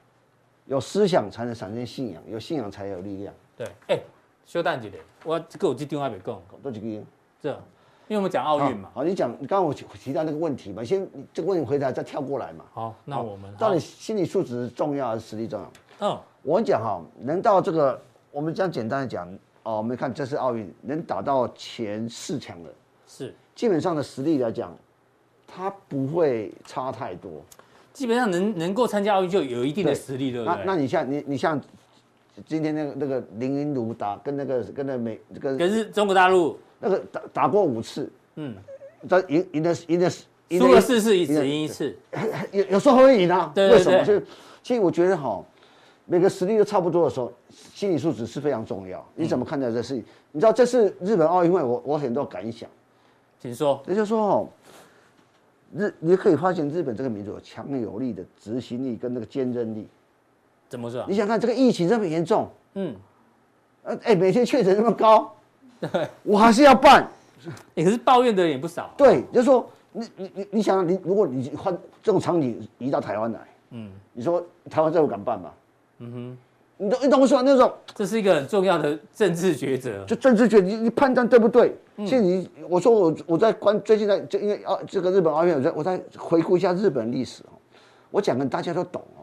S2: 有思想才能产生信仰，有信仰才有力量。
S1: 对。哎，小蛋姐的，我这个我这电话没讲，
S2: 多几个
S1: 这因为我们讲奥
S2: 好
S1: 运嘛。
S2: 好，你讲，你刚刚我提提到那个问题嘛，先你这个问题回答再跳过来嘛。
S1: 好，那
S2: 好
S1: 我们
S2: 到底心理素质重要还是实力重要？
S1: 好嗯
S2: 我讲哈，能到这个，我们这样简单的讲哦，我们看这次奥运能打到前四强的，
S1: 嗯是，
S2: 基本上的实力来讲，他不会差太多。
S1: 基本上能能够参加奥运就有一定的实力，对不
S2: 那
S1: 对？
S2: 那你像你你像今天那个那个林云儒打跟那个跟那美跟
S1: 可是中国大陆
S2: 那个打打过五次，
S1: 嗯，
S2: 他赢赢的赢的赢
S1: 输了四次，
S2: 赢
S1: 只
S2: 了
S1: 赢一次，
S2: 有有时候会赢啊，
S1: 对对
S2: 为什么？
S1: 对
S2: 就其实我觉得哈，每个实力都差不多的时候，心理素质是非常重要。
S1: 嗯
S2: 你怎么看待这事情？你知道这次日本奥运会，我我很多感想，
S1: 请说。
S2: 也就是说哦，日你可以发现日本这个民族有强有力的执行力跟那个坚韧力。
S1: 怎么说
S2: 你？想看这个疫情这么严重，
S1: 嗯，
S2: 呃，哎、每天确诊那 么高，对，我还是要办。
S1: 欸可是抱怨的人也不少。
S2: 对，就是说你你你你想，你如果你换这种场景移到台湾来，
S1: 嗯
S2: 你说台湾政府敢办吗？
S1: 嗯哼，
S2: 你懂你懂我说的那种
S1: 这是一个很重要的政治抉择。
S2: 就政治决定，你判断对不对？
S1: 嗯
S2: 其实你我说我我在关最近在就因为啊这个日本奥运，我在我在回顾一下日本历史哦，我讲跟大家都懂哦。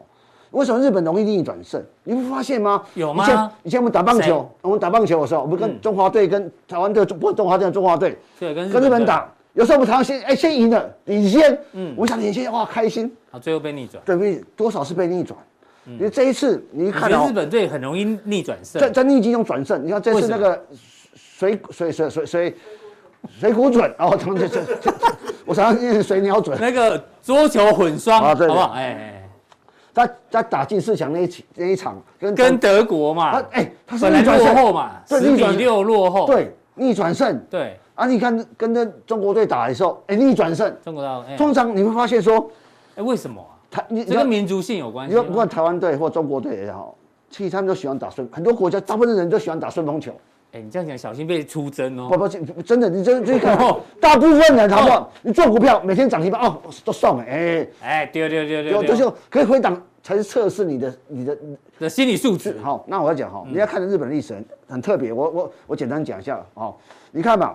S2: 为什么日本容易逆转胜？你不发现吗？
S1: 有吗
S2: 以前以前我们打棒
S1: 谁嗯
S2: 球，我们打棒球的时候，我们跟中华队、跟台湾队、中不是中华队、中华队
S1: 对，跟
S2: 跟日本，打，有时候我们台湾先哎先赢了，领先，嗯，我想领先哇开心，
S1: 好，最后被逆转。
S2: 对不对？多少是被逆转？你这一次你一
S1: 你嗯
S2: 看哦
S1: 觉
S2: 到
S1: 得日本队很容易逆转胜
S2: 在？在逆境中转胜。你看这次那个水水水水水水谷准哦，他们这这，这我常常念水鸟准，
S1: 那个桌球混双，好
S2: 啊对
S1: 不
S2: 对
S1: 好？哎哎，
S2: 他他打进四强那一起那一场跟
S1: 跟德国嘛
S2: 他，哎他是
S1: 本来
S2: 逆转
S1: 落
S2: 胜
S1: 后嘛，
S2: 对
S1: 十
S2: 逆
S1: 比
S2: 转
S1: 六落后。
S2: 对逆转胜
S1: 对，
S2: 啊！你看跟那中国队打的时候，哎逆转胜，
S1: 中国大陆，哎
S2: 通常你会发现说
S1: 哎，为什么啊？
S2: 他你
S1: 这跟民族性有关
S2: 你
S1: 系
S2: 说
S1: 吗。
S2: 不管台湾队或中国队也好，其实他们都喜欢打顺，很多国家大部分人都喜欢打顺风球。
S1: 哎，你这样讲，小心被出征哦
S2: 不。不，不真的，你真这看
S1: 哦，
S2: 大部分人好哦不好？你做股票每天涨停板哦，都送了哎。
S1: 哎，对对对对，
S2: 有
S1: 对
S2: 就是可以回档才是测试你的你的
S1: 的心理素质
S2: 是。嗯好，那我要讲哈，你要看日本历史很很特别，我我我简单讲一下哦。你看嘛，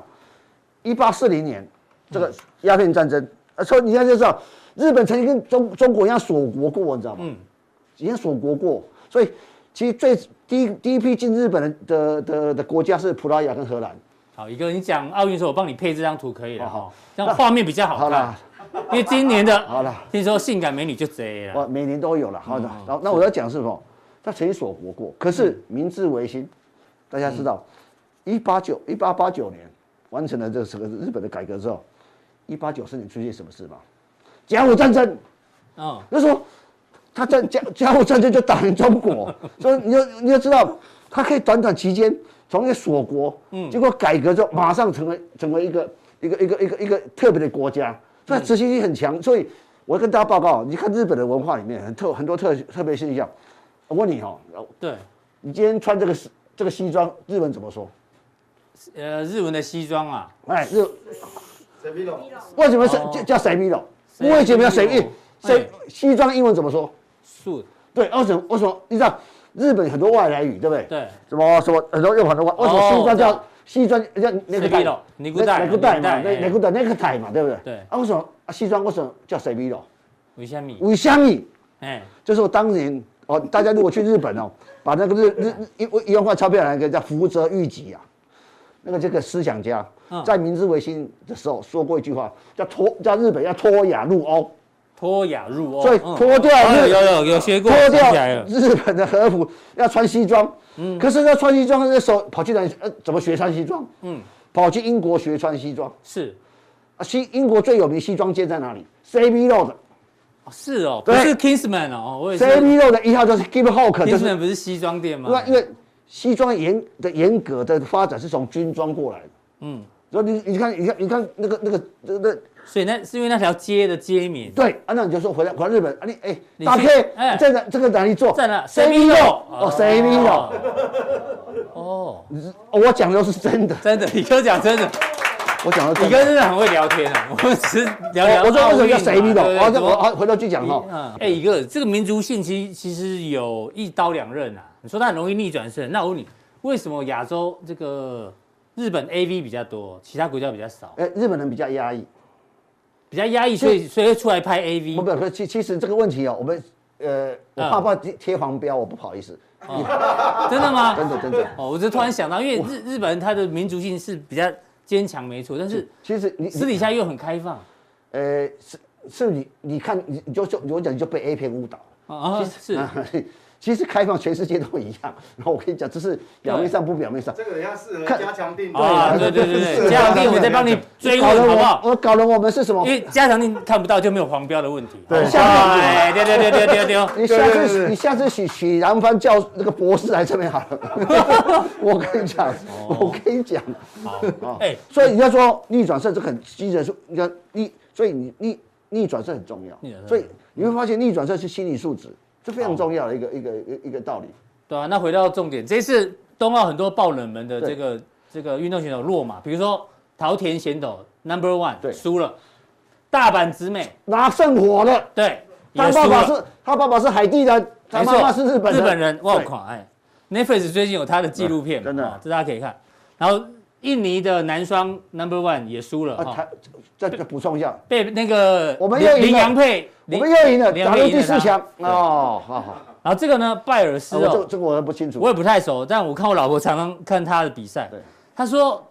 S2: 一八四零年这个鸦片战争，呃，所以你看就知道，日本曾经跟中中国一样锁国过，你知道吗？嗯，以前锁国过，所以其实最第一第一批进日本的的的的国家是葡萄牙跟荷兰。
S1: 好，一个你讲奥运的时候，我帮你配这张图可以了
S2: 哦好
S1: 哈，这样画面比较好
S2: 好
S1: 看
S2: 了。，
S1: 因为今年的
S2: 好了，
S1: 听说性感美女就贼了
S2: 我，哦每年都有了。好的，然后那我要讲是什么？他曾经锁国过，可是明治维新，大家知道，一八九一八八九年完成了这这个日本的改革之后，一八九四年出现什么事吗？甲午战争，
S1: 嗯，
S2: 那时候他战甲甲午战争就打赢中国，所以你要你要知道，他可以短短期间从一个锁国，嗯，结果改革之后马上成为成为一个一个一个一个一个特别的国家，所以它执行力很强。所以我跟大家报告，你看日本的文化里面很特很多特特别现象。我问你哈、哦，
S1: 对，
S2: 你今天穿这个西这个西装，日本怎么说？
S1: 呃，日文的西装啊，
S2: 哎，日
S3: 谁比懂？
S2: 为什么是
S1: 哦
S2: 叫叫谁逼的？
S1: 谁
S2: 为什么要谁
S1: 逼
S2: 逼
S1: 懂？
S2: 谁西装英文怎么说？
S1: 素，
S2: 对，为什么？为什么？你知道日本很多外来语，对不对？
S1: 对，
S2: 什么什么很多用很多外，为什么西装
S1: 哦
S2: 叫西装叫那个带
S1: Sebiro，尼古带
S2: 内裤带
S1: 内
S2: 嘛，
S1: 裤带
S2: 内内裤带那个带嘛，对不对？
S1: 哎对
S2: 啊，为什么啊西装为什么叫 s e b i r o
S1: 维夏米，
S2: 为什么？
S1: 哎，
S2: 就是我当年哦，大家如果去日本哦，把那个日日一一万块钞票来给叫福泽谕吉啊，那个这个思想家
S1: 嗯
S2: 在明治维新的时候说过一句话，叫脱叫日本要脱亚入欧，
S1: 脱亚入欧，
S2: 所以
S1: 嗯
S2: 脱掉
S1: 哦
S2: 日
S1: 有有有嗯学过，
S2: 脱掉
S1: 想起来了
S2: 日本的和服，要穿西装。可是要穿西装的时候，跑去哪里？呃，怎么学穿西装？
S1: 嗯
S2: 跑去英国学穿西装。
S1: 是。
S2: 啊，西英国最有名西装街在哪里 s a b y Road，Savy
S1: 哦是哦，不
S2: 对
S1: 是 Kingsman 哦，我也是。
S2: Road 的一号就是 Give Hawk，就是
S1: Kingsman 嗯不是西装店吗
S2: 啊因？为因为西装严的严格的发展是从军装过来的。
S1: 嗯
S2: 嗯，然后你你看你看你看那个那个那那
S1: 所以那是因为那条街的街名。
S2: 对啊，那你就说回来回来日本啊，你哎
S1: 你
S2: 搭
S1: 去
S2: 配
S1: 哎
S2: 在哪这个哪里做？
S1: 在哪
S2: s a b y
S1: Savy Road
S2: Road 哦 s a b y Road，
S1: 哦，
S2: 哦我讲的都是真的，
S1: 真的，李哥讲真的，
S2: 我讲的真
S1: 李
S2: 的
S1: 哥。真的很会聊天啊。我们只是聊聊
S2: 我我知道为
S1: 奥
S2: 什么
S1: 运嘛
S2: 叫谁逼的，
S1: 对不对
S2: 我
S1: 怎
S2: 这
S1: 么
S2: 我我回头去讲哈。
S1: 嗯，哎，一个这个民族性其实其实有一刀两刃啊。你说它很容易逆转胜，那我问你，为什么亚洲这个日本 A V 比较多，其他国家比较少，
S2: 哎，日本人比较压抑，
S1: 比较压抑，所以所以会出来拍 A V
S2: 不。不不，其其实这个问题啊，我们呃，我
S1: 嗯哦
S2: 怕怕贴贴黄标，我不好意思，
S1: 真的吗？
S2: 啊真的真的。
S1: 哦，我就突然想到，因为日日本人他的民族性是比较坚强，没错，但是
S2: 其实你
S1: 私底下又很开放
S2: 呃是是你你看你你就就我讲你就被 A 片误导了。
S1: 啊，是
S2: 啊 其实开放全世界都一样，然后我跟你讲，这是表面上不表面上。
S3: 这个等下适合
S2: 看
S3: 加强 定
S1: 啊，对对对对，加强定我再帮你追
S2: 搞得
S1: 问好不好？
S2: 我我搞得我们是什么
S1: 因？为加强定看不到就没有黄标的问题。
S2: 对
S1: 好哎，对对对对对对，
S2: 你下
S3: 对对对
S2: 次
S3: 对
S2: 你下次许许然帆教那个博士来这边好 了。我跟你讲，
S1: 哦
S2: 我跟你讲，
S1: 好，哎，
S2: 所以你要说逆转胜这个很基本数，你看逆，所以你逆逆转胜很重
S1: 逆转胜哦
S2: 要。所以你会发现逆转胜是心理素质，这非常重要的一个一个一个一个道理。
S1: 对啊，那回到重点，这次冬奥很多爆冷门的这个这个运动选手落马，比如说桃田贤斗 Number One
S2: 对
S1: 输了，大阪直美
S2: 拿圣火的，
S1: 对
S2: 他
S1: 也
S2: 爸
S1: 输
S2: 爸
S1: 了。
S2: 是他爸爸是海地人，他
S1: 没
S2: 妈
S1: 错，
S2: 妈是日本人。
S1: 日本人，哇
S2: 对啊
S1: 靠！哎，Netflix 最近有他的纪录片嘛，
S2: 真的
S1: 哦这大家可以看。然后印尼的男双 Number One 也输了
S2: 啊，
S1: 哈，
S2: 他再再补充一下，
S1: 被那个
S2: 我们
S1: 林
S2: 又赢了
S1: 林洋配，
S2: 我
S1: 林
S2: 们又赢了，
S1: 林洋
S2: 打入
S1: 配赢
S2: 第
S1: 了
S2: 四
S1: 他
S2: 强。哦，好好，啊
S1: 然后这个呢，拜尔斯
S2: 我这个
S1: 哦，
S2: 这个我还不清楚
S1: 我。也不太熟，但我看我老婆常常看他的比赛
S2: 对，哦
S1: 她说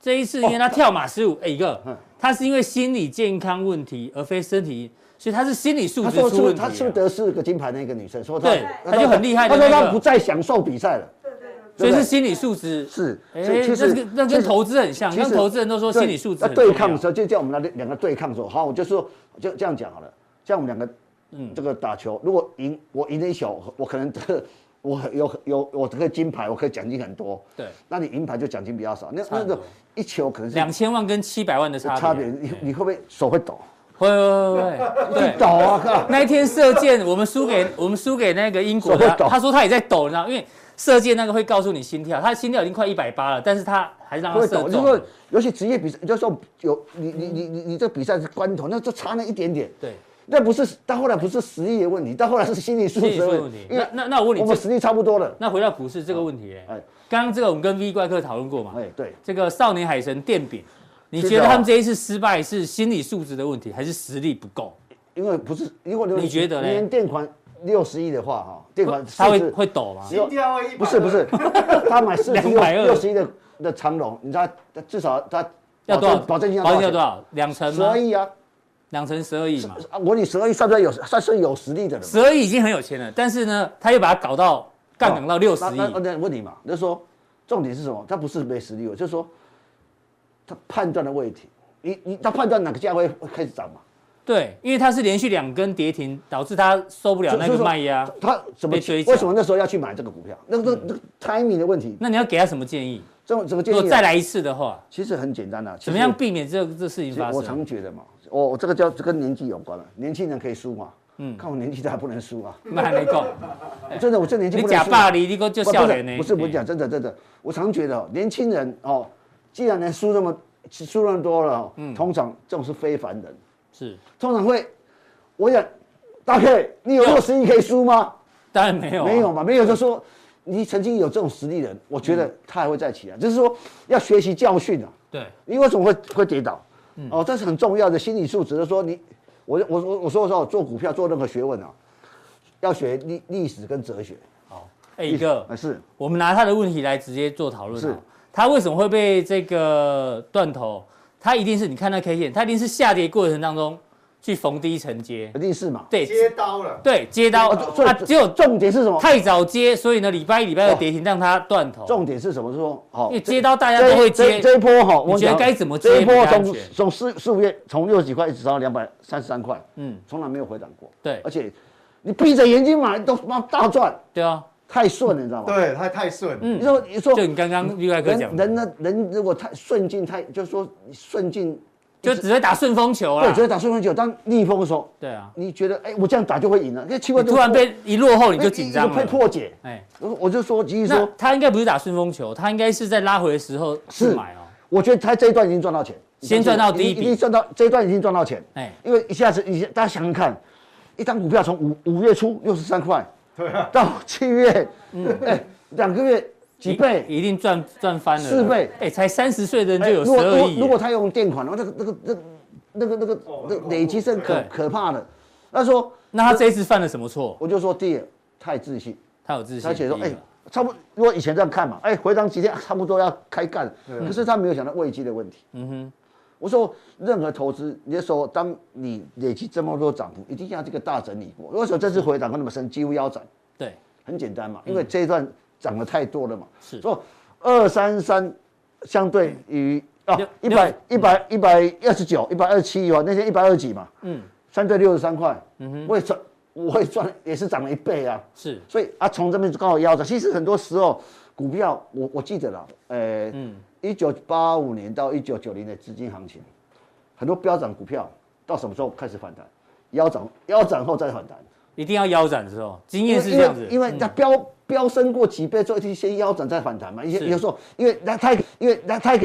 S1: 这一次因为他跳马失误，哎一个
S2: 嗯，
S1: 他是因为心理健康问题而非身体，所以他是心理素
S2: 他
S1: 质出
S2: 说是不
S1: 问
S2: 是
S1: 题
S2: 他
S1: 啊。
S2: 是不是得四个金牌那个女生？说她
S1: 对
S2: 她
S1: 她就很厉害的
S2: 她说
S1: 那
S2: 她
S1: 个
S2: 不再享受比赛了。
S4: 对对对。
S1: 所以
S2: 对
S1: 是
S2: 不对
S1: 心理素质
S2: 是
S1: 哎、
S2: 所以其实
S1: 那跟那
S2: 其
S1: 跟
S2: 实
S1: 投资很像，
S2: 其实
S1: 跟投资人都说心理素质
S2: 要
S1: 很重要
S2: 对抗的时候，就叫我们两两个对抗的时候，好，我就说就这样讲好了。像我们两个，嗯，这个打球，如果赢我赢了一球，我可能得我有有我这个金牌，我可以奖金很多。
S1: 对，
S2: 那你银牌就奖金比较少，那
S1: 差
S2: 那
S1: 很多
S2: 个一球可能是
S1: 两千万跟七百万的差别，
S2: 差别，你你会不会手会抖？
S1: 会会会 会，
S2: 抖
S1: 对。
S2: 啊！靠
S1: 那一天射箭，我们输 给我们输给那个英国
S2: 手
S1: 的
S2: 会，抖
S1: 他说他也在抖，你知道，因为射箭那个会告诉你心跳，他心跳已经快一百八了，但是他还啊是让他
S2: 会
S1: 射
S2: 懂，就是说
S1: 中。，
S2: 尤其职业比赛，就是说有你你你你你这比赛是关头，那就差那一点点。
S1: 对，
S2: 那不是到后来不是实力的问题，到后来是心理素
S1: 心理
S2: 质的
S1: 素质
S2: 问
S1: 问
S2: 题
S1: 题。。
S2: 因为
S1: 那那那我问你
S2: 我们
S1: 这
S2: 实力差不多了，
S1: 那回到股市这个问题、欸，
S2: 哎
S1: 刚刚这个我们跟 V 怪客讨论过嘛？
S2: 哎，对，
S1: 这个少年海神电饼，你
S2: 是
S1: 觉得
S2: 的
S1: 他们这一次失败是心理素质的问题，还是实力不够？
S2: 因为不是，如果你
S1: 你觉得嘞
S2: 年垫款六十亿的话，哈，垫款
S1: 他
S2: 四
S1: 会
S2: 十
S1: 会抖吗？
S3: 心跳会一百
S2: 不是不是，他买四十亿
S1: 220
S2: 六十亿的的长龙，你知道他至少他
S1: 要多少？
S2: 保证金要
S1: 保证金要多
S2: 少
S1: 少？两成
S2: 钱？十
S1: 吗
S2: 二？亿啊！
S1: 两成十二亿嘛？
S2: 啊我你十二亿算不算有算是有实力的人嘛？
S1: 十二亿已经很有钱了，但是呢，他又把它搞到杠杆到六十
S2: 哦那那
S1: 亿，
S2: 那问题嘛，就是说重点是什么？他不是没实力，就是说他判断的问题。你你他判断哪个价位会开始涨嘛？
S1: 对，因为他是连续两根跌停，导致他受不了啊那
S2: 所以
S1: 个
S2: 说
S1: 卖压。
S2: 他怎么
S1: 被追加
S2: 为什么那时候要去买这个股票？那个那个 timing 的问题，
S1: 那你要给他什么建议？
S2: 这种怎么
S1: 如
S2: 建
S1: 果
S2: 议？啊
S1: 再来一次的话，
S2: 其实很简单的、啊，其实
S1: 怎么样避免这这事情
S2: 其实
S1: 发
S2: 我
S1: 生
S2: 常？觉得嘛，我我这个叫这跟年纪有关了，啊年轻人可以输嘛，嗯，看我年纪大不能输啊，
S1: 那还没够，
S2: 真的我这年纪
S1: 哎你
S2: 不能
S1: 假
S2: 输啊。
S1: 霸你，你个就
S2: 不
S1: 笑脸呢？
S2: 不是不是我讲真的真的，我常觉得哦年轻人哦，既然能输那么输那么多了哦，
S1: 嗯
S2: 通常这种是非凡人，
S1: 是，
S2: 通常会，我想大 K，你有
S1: 有
S2: 六十亿可以输吗？
S1: 当然没有啊，
S2: 没有嘛，没有就说你曾经有这种实力的人，我觉
S1: 嗯
S2: 得他还会再起来，就是说要学习教训啊。
S1: 对，
S2: 你为什么会会跌倒？
S1: 嗯
S2: 哦，这是很重要的心理素质。就是说你，我我我我说说做股票做任何学问啊，要学历历史跟哲学。
S1: 哎，一个
S2: 啊是
S1: 我们拿他的问题来直接做讨论
S2: 是
S1: 啊。他为什么会被这个断头？他一定是你看那 K 线，他一定是下跌过程当中去逢低承接，
S2: 肯定是嘛。
S1: 对
S3: 接刀了，
S1: 对，接刀，
S2: 哦所以
S1: 他啊只有
S2: 重点是什么？
S1: 太早接，所以呢，礼拜一、礼拜二跌停让他断头，
S2: 重点是什么？是说好
S1: 因为，接刀大家
S2: 这
S1: 都会
S2: 一这
S1: 接
S2: 一，这一波哈，我
S1: 你觉得
S2: 讲
S1: 该怎么接
S2: 这一波
S1: 比较安
S2: 从
S1: 全
S2: 从四四五月从六十几块一直涨到两百三十三块，
S1: 嗯
S2: 嗯，从来没有回档过。
S1: 对
S2: 而且你闭着眼睛买都妈大赚，
S1: 对啊，
S2: 太顺了，你知道吗？
S3: 对，他太顺，嗯，
S2: 你说你说
S1: 就你刚刚另外一个讲
S2: 人
S1: 的，
S2: 人呢，人如果太顺境太，就是说顺境，
S1: 就只会打顺风球
S2: 对，
S1: 啦
S2: 只，会打顺风球。当逆风的时候，
S1: 对啊，
S2: 你觉得哎，我这样打就会赢了，那奇怪
S1: 你
S2: 就
S1: 突然被一落后你
S2: 你
S1: 就紧张
S2: 会
S1: 了，
S2: 破解。
S1: 哎，
S2: 我就说，即使
S1: 那
S2: 说，
S1: 他应该不是打顺风球，他应该是在拉回的时候去
S2: 是
S1: 买哦，
S2: 我觉得他这一段已经赚到钱，
S1: 先赚到第一笔
S2: 已经赚到这一段已经赚到钱。
S1: 哎，
S2: 因为一下子，一下大家想想看，一张股票从五五月初六十三块，对啊到七月，哎，两个月几倍，
S1: 嗯一定赚赚翻了啦，
S2: 四倍
S1: 哎，才三十岁的人就有
S2: 哎
S1: 十
S2: 如果如
S1: 二
S2: 果
S1: 亿
S2: 如果
S1: 耶，
S2: 他用垫款的话，那个那个那个那个那个哦那个累积是很可
S1: 对
S2: 可怕的。他说，
S1: 那他这一次犯了什么错？
S2: 我就说第一太自信，
S1: 他有自信，
S2: 他写说
S1: 第一
S2: 哎
S1: 个。
S2: 差不多，如果以前这样看嘛，哎，回档几天差不多要开干了，可是他没有想到危机的问题。啊嗯哼，我说任何投资，你时候当你累积这么多涨幅，一定要这个大整理过。为什么这次回档跟那么深，几乎腰斩？
S1: 对，
S2: 很简单嘛，因为这一段涨得太多了嘛。
S1: 是
S2: 说二三三相对于啊
S1: 六
S2: 一百一百一百二十九一百二十七哦，那些一百二十几嘛，嗯，相对六十三块，嗯哼，我也赚，我也赚，也是涨了一倍啊。
S1: 是
S2: 所以啊，从这边刚好腰斩。其实很多时候股票，我我记得了，呃，
S1: 嗯
S2: 一九八五年到一九九零的资金行情，很多飙涨股票到什么时候开始反弹？腰斩，腰斩后再反弹。
S1: 一定要腰斩的时候，经
S2: 因
S1: 验
S2: 为
S1: 是这样子，嗯
S2: 因为因为它飙飙升过几倍之后，一定先腰斩再反弹嘛。因
S1: 是
S2: 为有时候，因为那它，因为那它。